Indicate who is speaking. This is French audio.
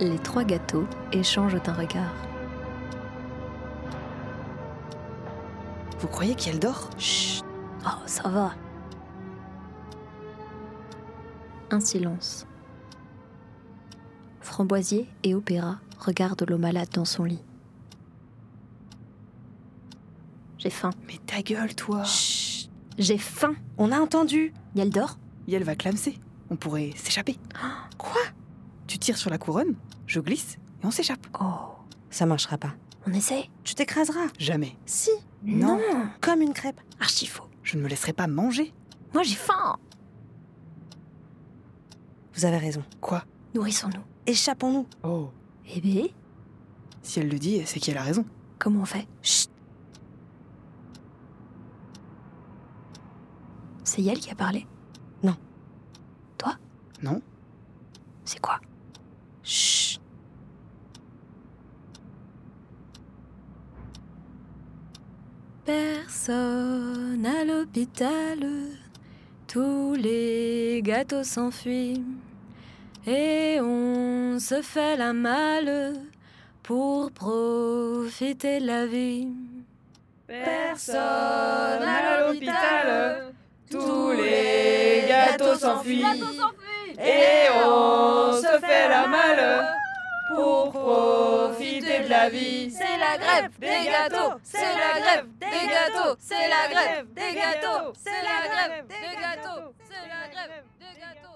Speaker 1: Les trois gâteaux échangent un regard.
Speaker 2: Vous croyez qu'elle dort
Speaker 1: Chut Oh, ça va Un silence. Framboisier et Opéra regardent l'eau malade dans son lit. J'ai faim.
Speaker 2: Mais ta gueule, toi
Speaker 1: Chut J'ai faim
Speaker 2: On a entendu
Speaker 1: Yael dort
Speaker 2: Yel va clamser. On pourrait s'échapper. Quoi Tu tires sur la couronne, je glisse et on s'échappe.
Speaker 1: Oh
Speaker 3: Ça marchera pas.
Speaker 1: On essaie
Speaker 3: Tu t'écraseras.
Speaker 2: Jamais.
Speaker 3: Si,
Speaker 2: Non.
Speaker 3: comme une crêpe.
Speaker 1: Archi faux
Speaker 2: Je ne me laisserai pas manger.
Speaker 1: Moi j'ai faim
Speaker 3: Vous avez raison.
Speaker 2: Quoi
Speaker 1: Nourrissons-nous.
Speaker 3: Échappons-nous.
Speaker 2: Oh
Speaker 1: Eh bé,
Speaker 2: Si elle le dit, c'est qu'elle a raison.
Speaker 1: comment on fait Chut C'est Yael qui a parlé
Speaker 3: Non.
Speaker 1: Toi
Speaker 2: Non.
Speaker 1: C'est quoi Chut Personne à l'hôpital, tous les gâteaux s'enfuient et on se fait la malle pour profiter de la vie.
Speaker 4: Personne à l'hôpital, tous les gâteaux s'enfuient. Et on se fait la malle pour profiter de la vie.
Speaker 5: C'est la grève des gâteaux, c'est la grève des gâteaux, c'est la grève des gâteaux, c'est la grève des gâteaux, c'est la grève des gâteaux.